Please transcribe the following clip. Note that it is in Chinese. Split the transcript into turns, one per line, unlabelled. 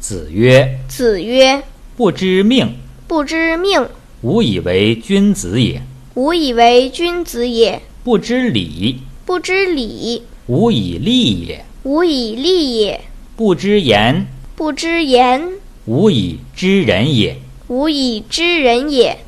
子曰
子曰：“
不知命，：“
不知命，
无以为君子也；
无以为君子也；
不知礼，
不知礼，
无以立也；
无以立也；
不知言，
不知言，
无以知人也。”
无以知人也。”